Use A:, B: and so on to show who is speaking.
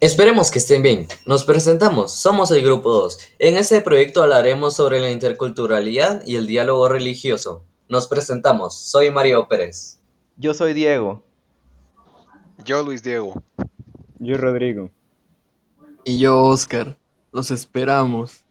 A: Esperemos que estén bien. Nos presentamos, somos el Grupo 2. En este proyecto hablaremos sobre la interculturalidad y el diálogo religioso. Nos presentamos, soy Mario Pérez.
B: Yo soy Diego.
C: Yo Luis Diego.
D: Yo Rodrigo.
E: Y yo Oscar. Los esperamos.